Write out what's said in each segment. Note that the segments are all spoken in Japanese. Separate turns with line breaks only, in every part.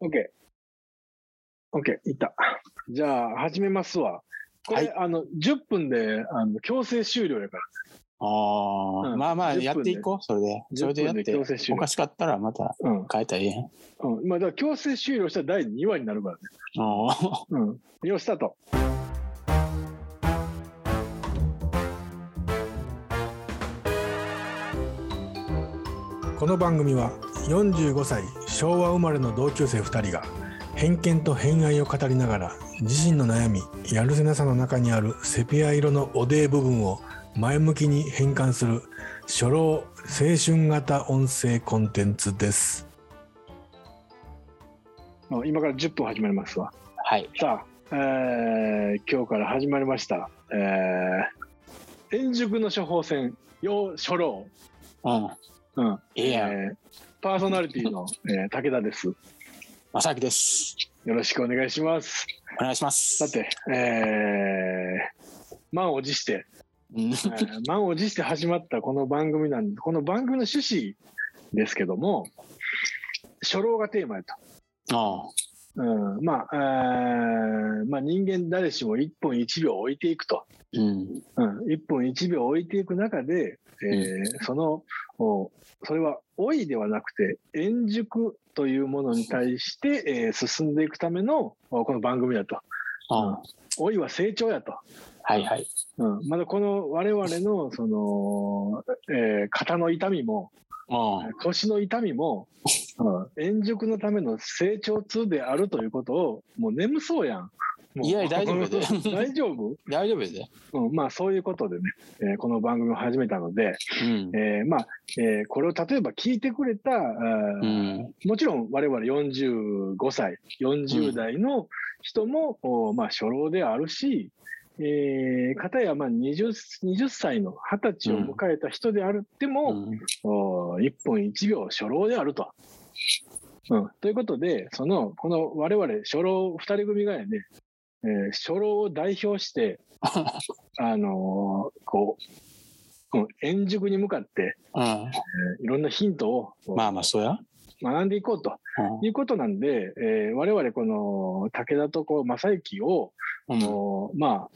OK。OK、いった。じゃあ、始めますわ。これ、
は
あの、10分で、あの、強制終了やから。
ああ、
うん
まあまあ、
10
やっていこう、それで。それでや
10
っ
分で強制
て、
終
お
了
か。しかったらまた
うん。
変えたらええやん。
うん。まあ、だから強制終了したら第2話になるからね。
あー
うん。よ、スタート。
この番組は45歳昭和生まれの同級生2人が偏見と偏愛を語りながら自身の悩みやるせなさの中にあるセピア色のおでえ部分を前向きに変換する初老青春型音声コンテンツです。
うん今から10分始まりますわ。
はい。
さあ、えー、今日から始まりました。えー、円熟の処方箋、要初老。
うん。
うん。
ええやん。
えーパーソナリティの、えー武田です。
まさきです。
よろしくお願いします。
お願いします。
さ。て、えー、満を持して、
うん。
えー満を持して始まったこの番組なんで、この番組の趣旨ですけども、初老がテーマやと。
あ
うん、まあ、えーまあ人間誰しも1分1秒置いていくと。
ーうん。
うん、1分1秒置いていく中で、えーそのおそれは老いではなくて円熟というものに対して、えー進んでいくためのおこの番組だと
あ
老いは成長やと、
ーはいはい。
うん、まだこの我々のその、えー肩の痛みも
あ
腰の痛みも、うん、円熟のための成長痛であるということをもう眠そうやん。もう
いや大丈夫だよ
大丈夫、
ー大丈夫やで。
うん、まあそういうことでね、えーこの番組を始めたので、
うん。
えーまあえーこれを例えば聞いてくれた、あー
うん。
もちろん我々45歳40代の人も、おまあ、初老であるし、えー、片やまあ 20, 20歳の20歳を迎えた人であるって
う
も、
ん
お1分1秒初老であると。うん、ということでそのこの我々初老2人組がやね、えー初老を代表 して、あのーこううん円熟に向かって
うん。
えーいろんなヒントをこう
まあまあ、そうや。
学んでいこうと
う
いうことなんで、えー我々この武田とこう正幸を、
ん。うん
おーまあ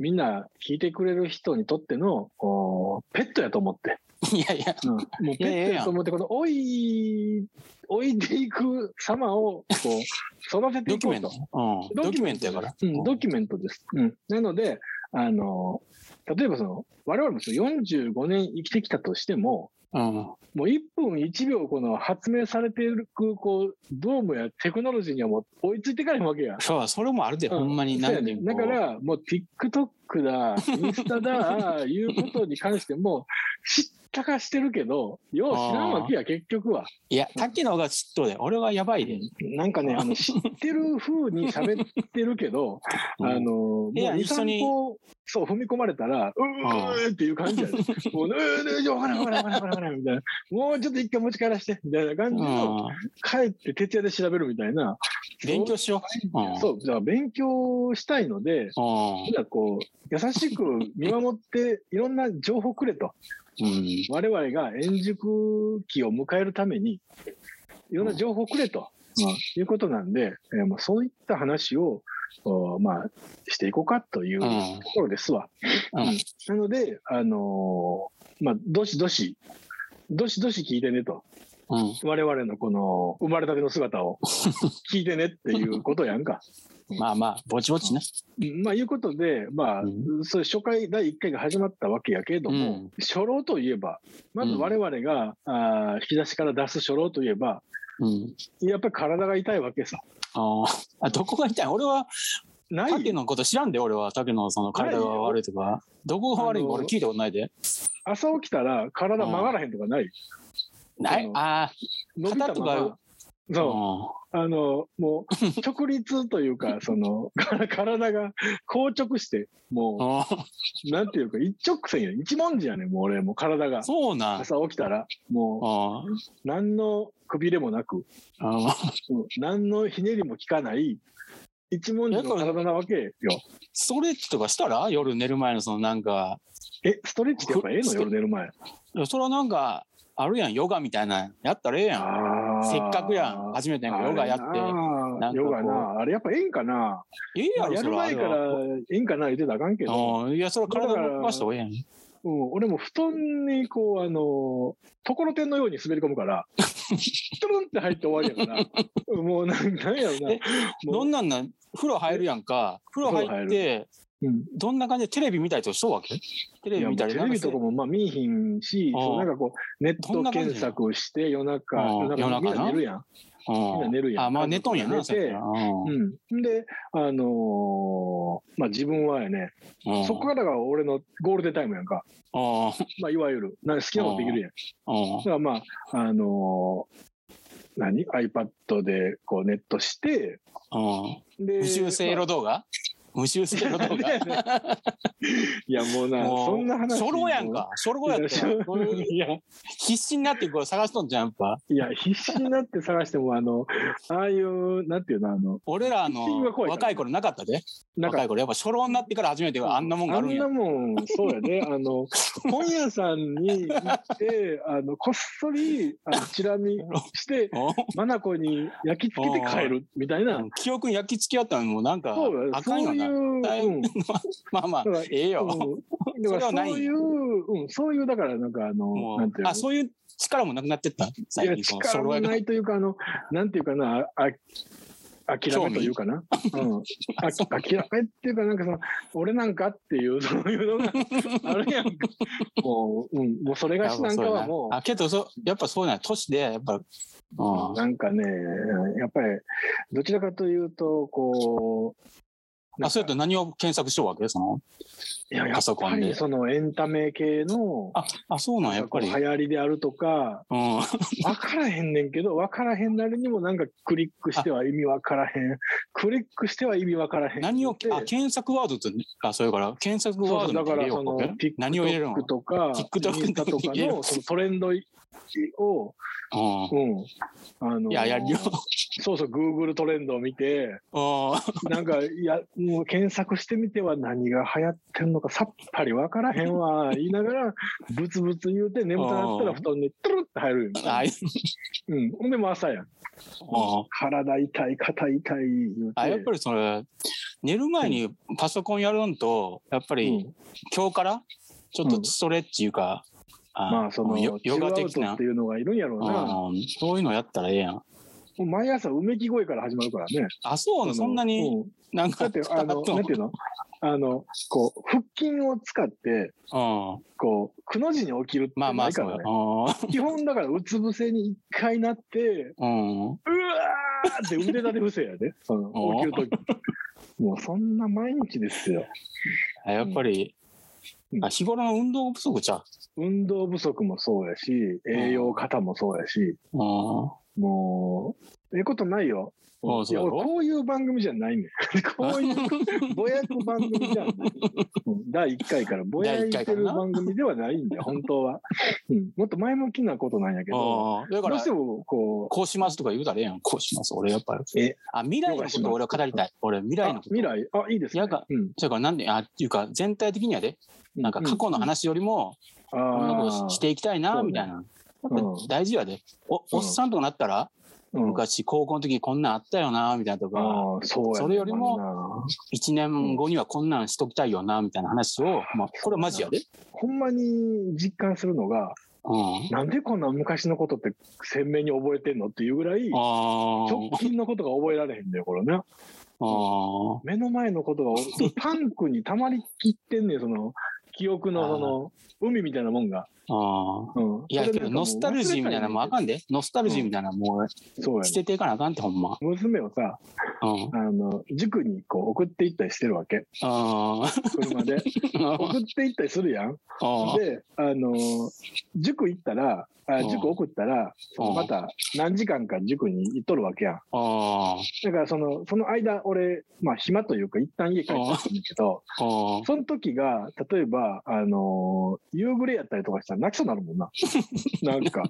みんな聞いてくれる人にとってのおーペットやと思って、
いやいや。
もうペットやと思ってこの老い老いでいく様をこう育てて
ド
い
キ
こ
ュメ
う
ント
と。。
うん。ドキュメントやから。
うん、ドキュメントです。うん、なので、あの例えばその我々もその45年生きてきたとしても、
うん。
もう1分1秒この発明されているこうドームやテクノロジーにはもう追いついていかないわけや。
そう、それもあるで、
うん
ほんまに
そうや
何
ね
年
だか、らもう TikTok だ、インスタだ、いうことに関しても知ったかしてるけど、よう知らんわけや、結局は。
いや、滝野が嫉妬で、俺はやばいで。
なんかね、あの知ってる風に喋ってるけど、
うん
あの、もう
いや
2、
一緒
3
に
歩、そう、踏み込まれたら、うーんっていう感じやね。もう、うーん、ほらほらほらほらほら、みたいな。もうちょっと一回持ち帰らして、みたいな感じの。
う
帰って徹夜で調べるみたいな。
ん。勉強しよう。うん。
そう、だから勉強したいので、
うん。
じゃあこう、優しく見守って、いろんな情報くれと。
うん。
我々が円熟期を迎えるために、いろんな情報くれと、うんいうことなんで、えーもうそういった話を、おまあ、していこうかという
う
と
ん。
ころですわ。
うん
うんなので、あのーまあ、どしどし、どしどし聞いてねと。
うん。
我々のこの生まれたての姿 を聞いてねっていうことやんか。
まあまあ、ぼちぼちね。
まあいうことで、まあ、
う
そういう初回第1回が始まったわけやけれども、
うん
初老といえば、まず我々が、あー引き出しから出す初老といえば、
うん。
やっぱり体が痛いわけさ。
あーあ、どこが痛い俺は、
ない
竹野のこと知らんで、俺は。竹野のその体が悪いとか。どこが悪い
あ
か
の
俺聞いたことないで。
朝起きたら体曲がらへんとかない。
な
あ
い
の
あ
伸びたま
肩と
ま
か。あ。
そう。あの、も う、直立というか、その、 体が硬直して、もう、
うん
なんていうか、一直線やね一文字やねんもう俺、もう体が。
そうなん。
朝起きたら、も
あ
う、何のくびれもなく、
あ
うん何のひねりも効かない、一文字の体なわけよ。
ストレッチとかしたら夜寝る前のそのなんか、
え、ストレッチってやっぱええの
ふ
夜寝る前。
いやそれはなんか、あるやん、ヨガみたいなんやったらええやん。せっかくやん、初めてなんかヨガやって。な
なん
かこう
ヨガな。あれやっぱ縁かな。
ええや
まあ
ろ、
や
そ
る
れは。
前から縁かな言ってたらあかんけど、
うんいや、それは体動かした方がええやん。
うん、俺も布団にこう、あのー、ところてんのように滑り込む から、トゥルンって入って終わりやから、もうなんなんやろな
え。
も
ど
うん
なんなん、風呂入るやんか。風呂入って、
うん
どんな感じでテレビ見たりとしとうわけテレ
い
ビ
やもう
見た
テ
り
レビとかもまあ見えひんし、
あー
そうなんかこう、ネッ
どん
ト
な感じ
検索して夜中、
あー
夜中
夜
みん
中な
な寝るやん。みんな
うん
寝るやん
あ、まあ寝とんやな、
寝
さっき
て
なうん
うん。で、あのーまあ自分はやね、
うん
そこからが俺のゴールデンタイムやんか。
うん
まあいわゆる、なんか好きなことできるやん。
うん
だからまあ、あのー何 ?iPad でこうネットして、
うん
で、
無修正
ま
路動画無修正路
あ
動
いやい
画
やもうな、
もう
そんな話。
初老やんか。初老やったらこういう
いや、
必死になってこう探しとんじゃんやっぱ
いや、必死になって探しても、あの、ああいう、なんていうの、あの、
俺らあ
必死
の
が怖いから
若い頃なかったで
なん
若
か
い、頃やっぱ初老になってから初めてあんなもんがあ
あ
るん
ん
や
なもん、そうや ね、あの、本屋さんに行って、 あの、こっそり、あの、チラ見して、
う
マナコに焼き付けて帰 るみたいな。
ん記憶に焼き付き合ったのもなんか
そうや
あかん
そ
よ
うい
な
う、
だい
うん、
まあまあ
だから
ええよ
うんだから
それはない
そういう、うん、そういう、だから、なんか、あの、
も
なん
う
ていうの
あ。そういう力もなくなってった
いや
最近その初
力
老
が
やか
な
ら
いというか、あの、なんていうかな、あ、あ諦めというかな。うん。あ諦めっていうか、なんかその、俺なんかっていう、そういうのがあるやんか。もう、うん、もうそれがしなんかはも
あけどそうやっぱそうなんや都市でやっぱうん
う、なんかね、やっぱり、どちらかというと、こう、なん
あ、
か
それと何を検索しようわけその。
いや、や
パソ
っ
コ
ぱ
ンで
りそのエンタメ系の、
あ、あ、そうなんや
なん
っ
かこう
ぱり。
流
うん。
行りであるとか、分からへんねんけど、分からへんなりにもなんかクリックしては意味分からへん。クリックしては意味分からへん。
何を
で、
あ、検索ワードって、あ、そういうから、検索
そう
ワ
そ
ー
う
ド
だから
に入れよ
そうの
わけ何を入れるの
TikTok とか
TikTok
インスタとか
に入れる
のそのトレンドを、う
う
ん、あの
ん。いや、やるよ。
そうそう Google トレンドを見て
う
なんかいやもう検索してみては何が流行ってんのかさっぱり分からへんわ言いながらブツブツ言うて眠たなったら布団にトゥルって入るよ
ん。あ、い
うん、ほんでもう朝やん
うん
体痛い肩痛い言うて
あやっぱりそれ、寝る前にパソコンやるのと、やっぱり
うん
今日から、ちょっとストレッチいうか、
まあその
ヨヨガ的
チルアウトっ
な
て。いうのがいるんやろうなも
うんそういうのやったらええやん。
う毎朝うめき声から始まるからね
あ、そうなのそんなに、
う
なん
だ
か、
って、あの、なんていうのあの、こう、腹筋を使って、
うん。
こう、くの字に起きるって
まあま
な
あ、
いか
そう
ら
よ
ね。。基本だから、うつ伏せに一回なって、
うん。うん
うわーって腕立て伏せやで、その
お
起きるとき。もうそんな毎日ですよ。
あやっぱり、
うん
あ日頃の運動不足じゃう
運動不足もそうやし、栄養過多もそうやし、
うん。
もう、ええことないよ。
うんそうやろ
いや俺こういう番組じゃないねん。こういうぼやく番組じゃない。うん第1回からぼやいてる番組ではないんだよ、本当は、うん。もっと前向きなことなんやけど、
ああだ
ど
か
う
ら
して、もこ
こうしますとか言うたらええやん。こうします。俺やっぱり。
え
あ、未来のことを俺は語りたい。俺、未
う、
来
あ
のこと。
未来、あ、いいですね。
いやが
うん、
それからなんで、あ、っていうか、全体的にはで、なんか過去の話よりも、
うん、
こんなこ
あ
と
ー
していきたいな、
そうね
みたいな。やっ
う
ぱ
ん
大事やで。お、おっさんとかなったら、
うん
昔高校の時こんなんあったよな、みたいなとか、
あーそうやね
それよりも一年後にはこんなんしときたいよな、みたいな話を、まあ、これはマジやで。
ほんまに実感するのが、
うん。
なんでこんな昔のことって鮮明に覚えてんのっていうぐらい、
あ
直近のことが覚えられへんだよ、これね。
あ。ああ。
目の前のことがそうタンクに溜まりきってんねんその記憶のその海みたいなもんが、
ああ。
うん、
いやけど、ノスタルジーみたいなのもうあか
ん
んで。ノスタルジーみたいなのも
そう
う
や
捨
ね
てていかなあかんって、ほんま。
娘をさ
うん。
あの塾にこう送っていったりしてるわ け
あ
車で
あ。
送っていったりするやん
あ
であの塾行ったらあ
うん
塾送ったらその
うん
また何時間か塾に行っとるわけやん
あ。
だからそのその間俺まあ暇というか一旦家帰ってくるんだけど
あ
その時が、例えば、あのー夕暮れやったりとかしたら泣きそうになるもん な。なんか、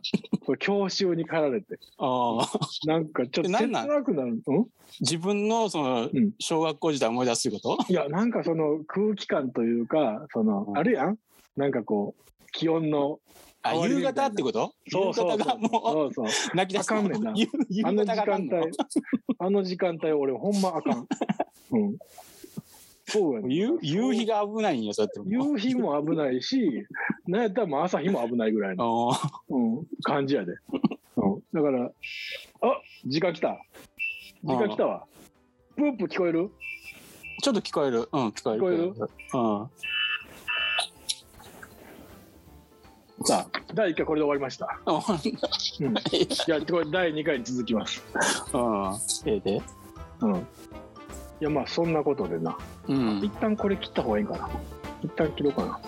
これ教習に駆られて。
あ。あ
なんかちょっと切
えなんなん
なくなる。うん
自分の、その
ん、
小学校時代思い出すこと
いや、なんかその空気感というか、その
う、ん
あるやんなんかこう、気温の
あ、
変わり目
夕
みたいな
方ってこと
そ
夕
うそう
方がも
そうそう。
う泣き出した
あかんねんな
夕夕
あ
方
の
が
時
あか
間
ん
帯
の、
あの時間帯、俺、ほんまあ かん。うん。そうやねん
夕夕日が危ないんよ、そうやってもう。
夕日も危ないし、なんやったらもう朝日も危ないぐらいの、
おー
うん、感 じやで。うん、だから、あ時間来た。時間来たわ。プープ聞こえる
ちょっと聞こえる。うん、聞こえ
聞
る。
こえる
うん。さあ
第1回これで終わりました。
お
うん、いや、これ第2回に続きます。
うん、ええで。
うん。いや、まあ、そんなことでな。
うん
一。旦これ切った方がいいんかな。一旦切ろうかな。